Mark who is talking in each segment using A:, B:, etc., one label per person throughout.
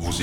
A: Vous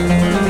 B: Thank you.